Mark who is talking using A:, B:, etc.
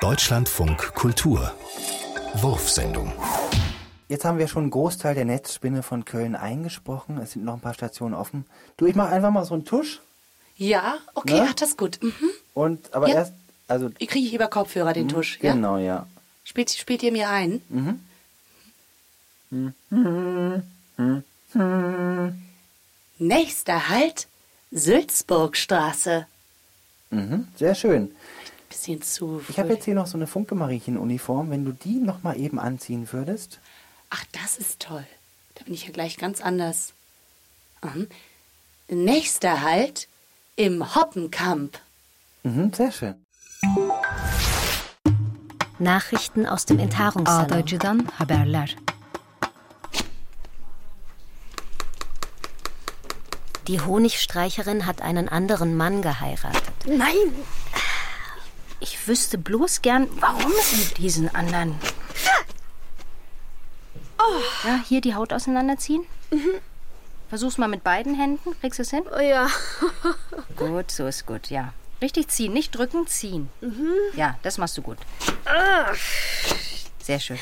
A: Deutschlandfunk Kultur. Wurfsendung.
B: Jetzt haben wir schon einen Großteil der Netzspinne von Köln eingesprochen. Es sind noch ein paar Stationen offen. Du, ich mache einfach mal so einen Tusch.
C: Ja, okay,
B: Ne?
C: ach, das ist gut. Mhm.
B: Und aber
C: Ja.
B: erst, also
C: Ich kriege über Kopfhörer den Tusch. Ja?
B: genau, Mhm. ja.
C: Spielt, spielt ihr mir ein? Nächster Halt, Sülzburgstraße.
B: Mhm, sehr schön.
C: Bisschen zu.
B: Ich habe jetzt hier noch so eine Funke-Mariechen-Uniform. Wenn du die noch mal eben anziehen würdest.
C: Ach, das ist toll. Da bin ich ja gleich ganz anders. Mhm. Nächster Halt, im Hoppenkamp.
B: Mhm, sehr schön.
D: Nachrichten aus dem Enthaarungssalon.
E: Ağdacı'dan haberler.
D: Die Honigstreicherin hat einen anderen Mann geheiratet.
F: Nein,
D: Ich wüsste bloß gern, warum sie diesen anderen. Ja, hier die Haut auseinanderziehen. Versuch's mal mit beiden Händen. Kriegst du es hin?
F: oh ja.
D: Gut, so ist gut, ja. Richtig
F: Mhm.
D: ziehen,
F: Ah.
D: nicht drücken, ziehen. Ja, das machst du gut. Sehr schön.